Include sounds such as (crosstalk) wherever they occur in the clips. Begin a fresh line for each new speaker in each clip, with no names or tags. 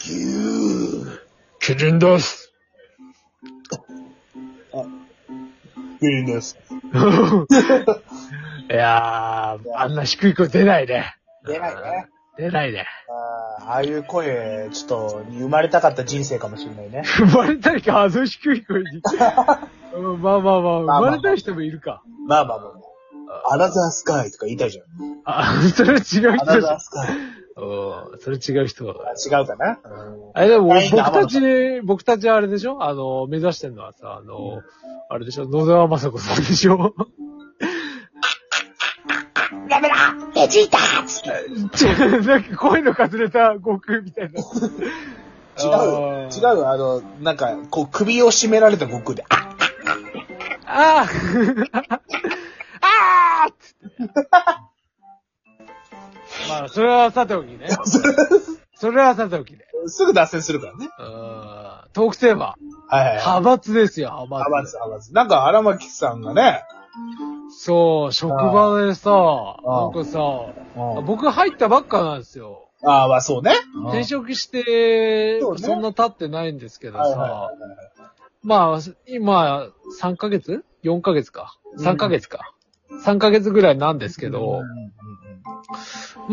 ぎゅー。
キリンです。
グリーンです。
いやー、あんな低い声出ないね。
出ないね。
出ないね。
あーああいう声、ちょっと、生まれたかった人生かもしれないね。
生まれたりか、あの低い (laughs) 声に。うんまあまあまあ、
まあ
生まれたり人もいるか。
まあまあまあ。アナザースカイとか言いたいじゃん。
あ、それは違う人
アナザー
だ。
スカイ。
うん、それ違う人。
あ違うかな。
あれでも
ライン、
僕
が甘かった
ち、僕たちあれでしょあの、目指してるのはさ、あの、あれでしょ野沢雅子さんでし (laughs) ょ
ダメだベジータ
ちょ (laughs) なんか声のかずれた悟空みた (laughs) いな。
違う。
う。
違う。あの、なんか、こう、首を絞められた悟空で、あ
あー (laughs) あーっつって。まあ、それはさておき (laughs) ね。それはさておきね。
すぐ脱線するからね。
うんトークテー
は
マ。
いはいはい。
派閥ですよ、派閥。
派閥、派閥。なんか、荒牧さんがね、
そう、職場でさ、なんかさ、
うん
僕入ったばっかなんですよ。
ああ、まあそうね。
転職して
そう、ね
そんな経ってないんですけど
はいはいは
さ、まあ、今、3ヶ月 ?4 ヶ月か。3ヶ月か。3ヶ月ぐらいなんですけ
いはい。
ど
うん、うんうんうん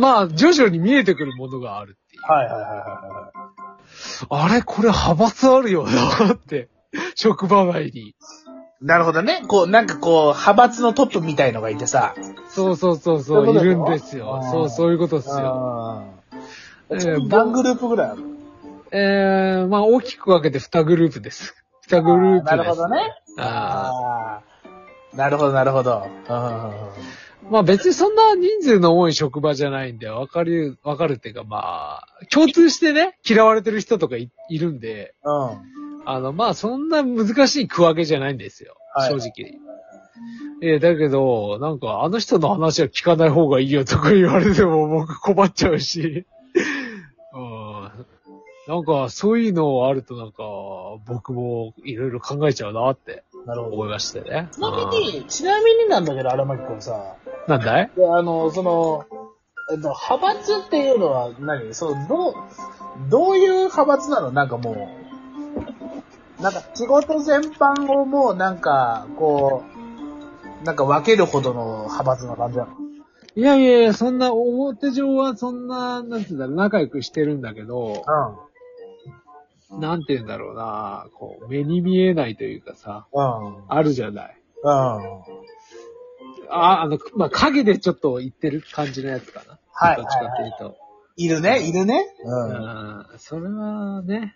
まあ、徐々に見えてくるものがあるっていう。
はいはいはいはいはい。
あれこれ派閥あるよな、って。職場外に。
なるほどね。こう、なんかこう、派閥のトップみたいのがいてさ。
そうそうそう、そ
そ
う
ういうこ
い
とでしょ
るんですよ。
あー
そう、そういうことですよ。
う
え
ん。
ー
何グループぐらいある
えー、まあ、大きく分けて2グループです。2グループです。
なるほどね。。
ああ。
ああ。なるほど、なるほど。うん
まあ別にそんな人数の多い職場じゃないんで、分かる、分かるっていうかまあ、共通してね、嫌われてる人とかいいるんで、
うん。
あの、まあそんな難しい区分けじゃないんですよ。
はい
正直。えーだけど、なんか、あの人の話は聞かない方がいいよとか言われても僕困っちゃうし。 (laughs) うん。なんか、そういうのあるとなんか、僕もいろいろ考えちゃうなって。
なるほど。
思いましてね。
ちなみに、ちなみになんだけど、荒牧くんさ。
うん。なんだい
で、あの、その、えっと、派閥っていうのは何その、どう、どういう派閥なのなんかもう、なんか仕事全般をもうなんか、こう、なんか分けるほどの派閥な感じなの
いやいやいや、そんな、表上はそんな、なんていうんだろう、仲良くしてるんだけど、なんていうんだろうな、こう、目に見えないというかさ、
うん。うん。
あるじゃない。
うん。
あ、あの、まあ、影でちょっと言ってる感じのやつかな。
はい
どっちかっていうと。
いるね、いるね。う
うん
あ
ん、それはね、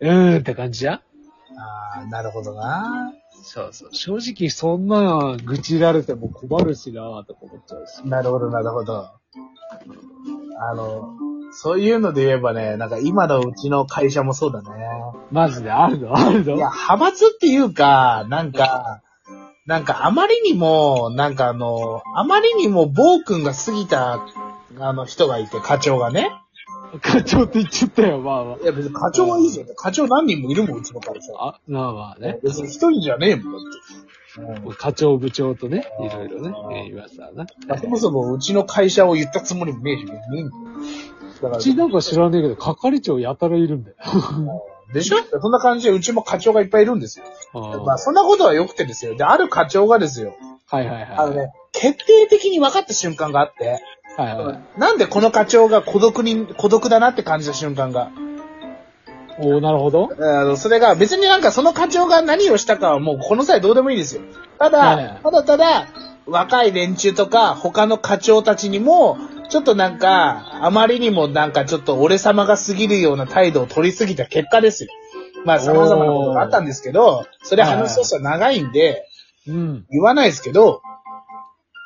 ー
うん、うーんって感じや。
あー、なるほどな。
そうそう。正直そんな愚痴られても困るしなぁとか思っちゃうし。
なるほど、なるほど。あの、そういうので言えばね、なんか今のうちの会社もそうだね。
マジであるのある
い
の
や、派閥っていうか、なんか、なんかあまりにも、なんかあの、あまりにも暴君が過ぎた、あの人がいて、課長がね。
課長って言っちゃったよ、まあまあ。
いや別に課長はいいじゃん。課長何人もいるもん、うちの会社。
あ、まあまあね。
別に一人じゃねえもん、だって。うん
課長部長とね、いろいろ
あ
ね、
ー
言いましたな。
まあそもそもうちの会社を言ったつもりもねえし、別にいいんだよ。だか
うちなんか知らねえけど、係長やたらいるんだよ。
ら、でしょそんな感じでうちも課長がいっぱいいるんですよ。
あー
まあそんなことは良くてですよ。で、ある課長がですよ。
はいはい
あの
はい。
ね、決定的に分かった瞬間があって、
はいはい。
なんでこの課長が孤独に、孤独だなって感じた瞬間が。
おーなるほど。
あの、それが別になんかその課長が何をしたかはもうこの際どうでもいいですよ。た
は
だ
い、
ただただ、若い連中とか他の課長たちにも、ちょっとなんか、あまりにもなんかちょっと俺様が過ぎるような態度を取りすぎた結果ですよ。まあ様々なことがあったんですけど、それ話としては長いんで、
うん。
言わないですけど、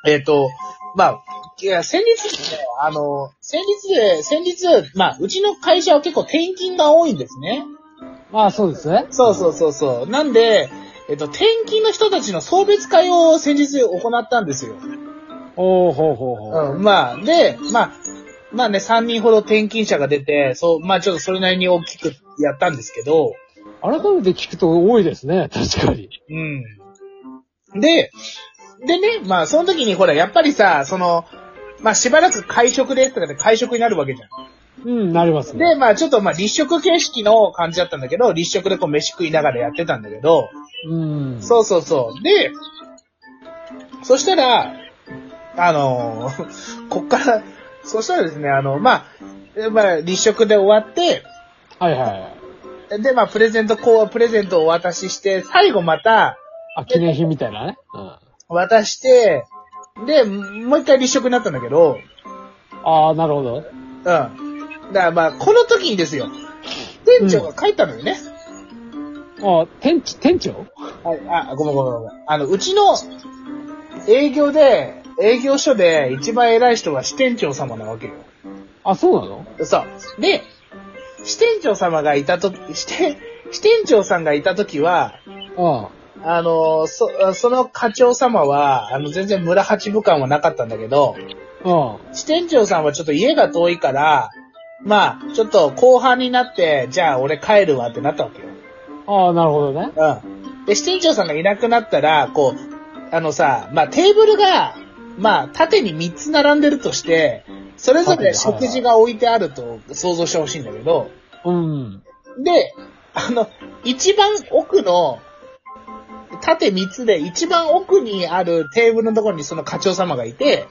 えっ、と、まあ、いや、先日、ね、あの、先日で、先日、まあ、うちの会社は結構転勤が多いんですね。
まあそうですね。
そうそうそうそう。なんで、えっと、転勤の人たちの送別会を先日行ったんですよ。
おーほうほうほう。
うん、まあ、で、まあ、まあね、3人ほど転勤者が出て、そう、まあちょっとそれなりに大きくやったんですけど、
改めて聞くと多いですね、確かに。
うん。で、でね、まあ、その時にほら、やっぱりさ、その、まあ、しばらく会食ですとかで会食になるわけじゃん。
うん、なりますね。
で、まあ、ちょっとまあ、立食形式の感じだったんだけど、立食でこう飯食いながらやってたんだけど、
うん。
そうそうそう。で、そしたら、あの (laughs) ーこっから、そしたらですね、あの、まあ、えまあ、立食で終わって、
はいはい。
で、まあ、プレゼント、こう、プレゼントをお渡しして、最後また
あ、記念品みたいなね。うん。
渡して、で、もう一回立食になったんだけど、
ああ、なるほ
う
ど。
ん。だからまあ、この時にですよ、店長が帰ったのよね。
あ店長、店長
はい、あ、ごめんごめんごめん。あの、うちの営業で、営業所で一番偉い人が支店長様なわけよ。
あ、そうなの
そう。で、支店長様がいたとき、支店、支店長さんがいたときは、
あ
あの、そ、その課長様は、あの、全然村八部感はなかったんだけど、
あ、あ
支店長さんはちょっと家が遠いから、まあ、ちょっと後半になって、じゃあ俺帰るわってなったわけよ。
あ、ああ、なるほどね。
うん。で、支店長さんがいなくなったら、こう、あのさ、まあ、テーブルが、まあ、縦に3つ並んでるとして、それぞれ食事が置いてあると想像してほしいんだけど、
うん。
で、あの、一番奥の、縦3つで一番奥にあるテーブルのところにその課長様がいて、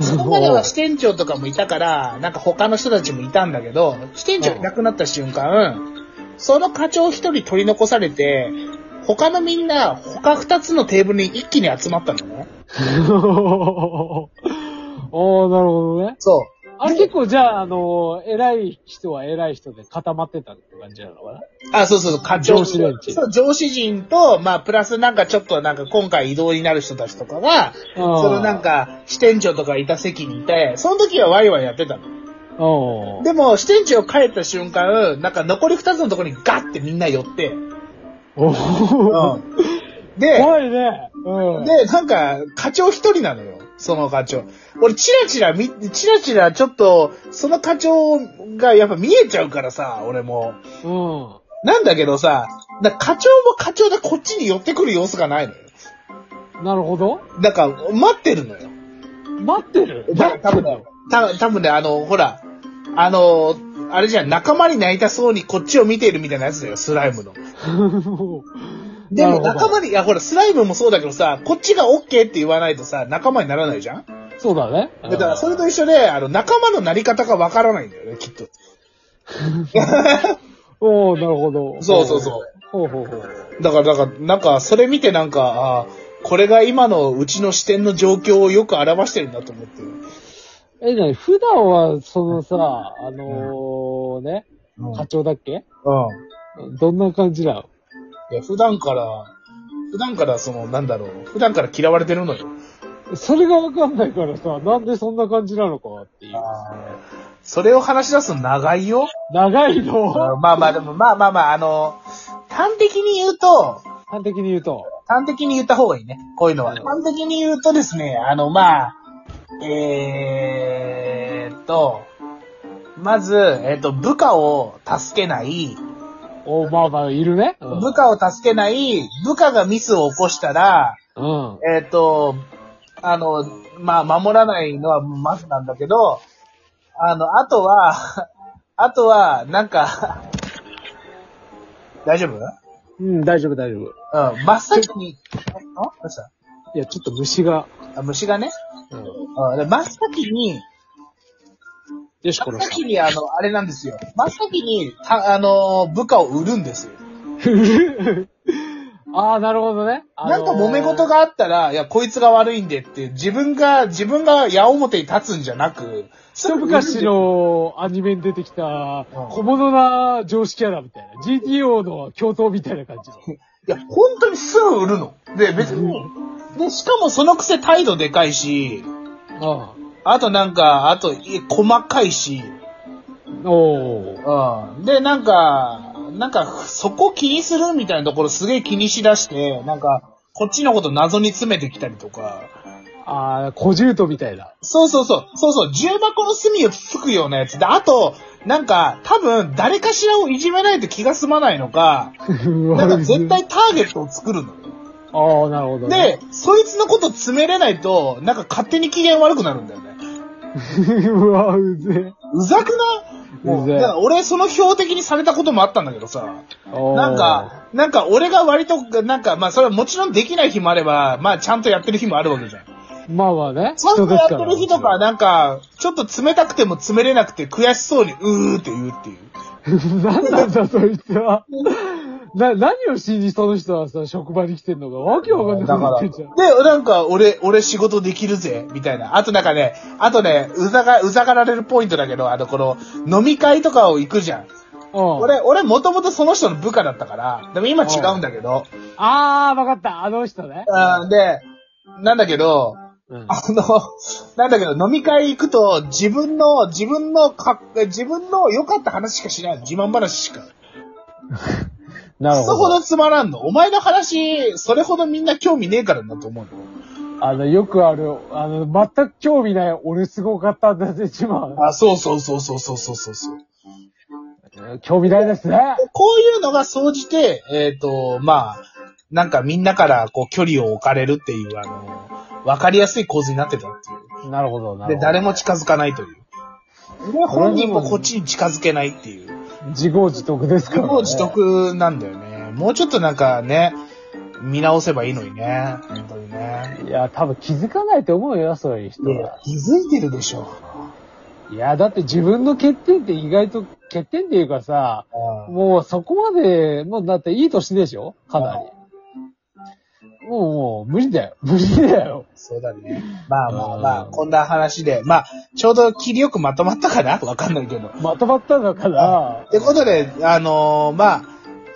その中では支店長とかもいたから、なんか他の人たちもいたんだけど、支店長いなくなった瞬間、その課長一人取り残されて、他のみんな、他二つのテーブルに一気に集まったのね。
(laughs) おおーなるほどね。
そ
あれ結構じゃあ、あのー、偉い人は偉い人で固まってたって感じなのかな
う。あ、そうそうそう、課長。
上司連中
そう、上司陣と、まあ、プラスなんかちょっとなんか今回移動になる人たちとかが、そのなん。か、支店長とかいた席にいて、その時はワイワイやってたの。
おー
でも、支店長帰った瞬間、なんか残り二つのところにガッてみんな寄って、
おー
で、
怖いね。うん。
で、なんか、課長一人なのよ。その課長。俺、チラチラ見、チラチラちょっと、その課長がやっぱ見えちゃうからさ、俺も。
うん。
なんだけどさ、だ課長も課長でこっちに寄ってくる様子がないのよ。
なるほど。
だから、待ってるのよ。
待ってる。
だ多分ね、た多分ね、あの、ほら、あの、あれじゃん、仲間になりたそうにこっちを見ているみたいなやつだよ、スライムの。
(laughs)
でも
なるほど
仲間に、いやほら、スライムもそうだけどさ、こっちが OK って言わないとさ、仲間にならないじゃん
そうだね。
だから、それと一緒で、あの、仲間のなり方がわからないんだよね、きっと。
おおなるほど。。
そうそうそう
ほうほうほう。
だから、だから、なんか、それ見てなんか、あーこれが今のうちの視点の状況をよく表してるんだと思ってる。
え、なに、普段は、そのさ、あのー、ね、
うん。
課長だっけどんな感じなの
いや、普段から、普段から、その、なんだろう、普段から嫌われてるのよ。
それがわかんないからさ、なんでそんな感じなのかっていう。
それを話し出すの長い (laughs) よ。
長い
まあ
の
まあ、でも、まあまあまあ、あの、端的に言うと、
端的に言うと。
端的に言った方がいいね。こういうのは。
う
端
ん
的に言うとですね、あの、まあ、えーっと、まず、えっと、部下を助けない、
おまあまあ、いるね。うん
部下を助けない、部下がミスを起こしたら、
うん。
えっと、あの、まあ、守らないのはまずなんだけど、あの、あとは、 (laughs) あとは、なんか、大丈夫うん、
うん、大丈夫、大丈夫。
真っ先に、あどうした
いや、ちょっと虫が。
あ虫がね、
うん。
うんで真っ先に、
よし、
真っ
殺し
先にあの、あれなんですよ。真っ先に、たあのー、部下を売るんですよ。
た。 (laughs) ああ、なるほどね。あの
な
ー
んか揉め事。があったら、いや、こいつが悪いんでって、自分が、自分が矢面に立つんじゃなく、
一昔のアニメに出てきた小物な常識キャラみたいな。GTO の共闘みたいな感じの。
いや、本当にすぐ売るの。で、別に、で、しかもそのくせ態度でかいし、
う
あとなんか、あと、い細かいし、
ん。おー。
うん。で、なんか、なんか、そこ気にするみたいなところすげえ気にしだして、なんか、こっちのこと謎に詰めてきたりとか、
ああ、小獣とみたいな。 (laughs)
そうそうそう、そうそう、重箱の隅をつつくようなやつで、あと、なんか、多分、誰かしらをいじめないと気が済まないのか、なんか絶。対ターゲットを作るのよ。
ああ、なるほど、ね。
で、そいつのこと詰めれないと、なんか勝手に機嫌悪くなるんだよね。
で、 (laughs) うわ、
(laughs)
うぜ。
うざくないも
う
う、
ざい
だから俺その標的にされたこともあったんだけどさ。
な
なん、か、なんか俺が割と、なんか、まあそれはもちろんできない日もあれば、まあちゃんとやってる日もあるわけじゃん。ち
まあまあね。
ゃんとやってる日
人です
とか、
ら
なんか、ちょっと冷たくても詰めれなくて悔しそうに、うーって言うっていう。
何 (laughs) なんだ、そいつは。な、何を信じその人はさ、職場に来てんのか、わけわかんない
だ
こと
か
言ってんじゃん。
ら、で、なんか、俺、俺仕事できるぜ、みたいな。あとなんかね、あとね、うざが、うざがられるポイントだけど、あの、この、飲み会とかを行くじゃん。
うん。
俺、俺もともとその人の部下だったから、でも今違うんだけど。
あー、わかった、あの人ね。
うん、で、なんだけど、
うん。
あの、なんだけど、飲み会行くと、自分の、自分のか、自分の良かった話しかしないの。自慢話しか。
な
そほどつまらんの。お前の話、それほどみんな興味ねえからだと思うの。
あの、よくある、あの、全く興味ない、俺すごかったんだぜ、一番。
あ、そうそうそうそうそうそうそうそう。
興味ないですね。
こういうのが総じて、えっ、と、まあ、なんかみんなからこう距離を置かれるっていう、あの、わかりやすい構図になってたっていう。
なるほど、な
で、
るほど。
誰も近づかないという。で、本人もこっちに近づけないっていう。
自業自得です
自
から、ね。
業自。得なんだよね。もうちょっとなんかね、見直せばいいのにね。本当にね。
いや、多分気づかないと思うよ、そういう人
い
は
や。気づいてるでしょ。
いや、だって自分の欠点って意外と、欠点っていうかさ、
うん
もうそこまで、もうだっていい年でしょかなり。もうもう無理だよ。無理だよ。
そうだね。まあまあまあ、
うん
こんな話で。まあ、ちょうど切りよくまとまったかなわかんないけど。
まとまったのかな
ってことで、あのーまあ、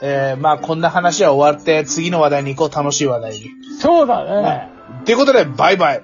えーまあこんな話は終わって、次の話題に行こう、楽しい話題に。
そうだね。
ってことで、バイバイ。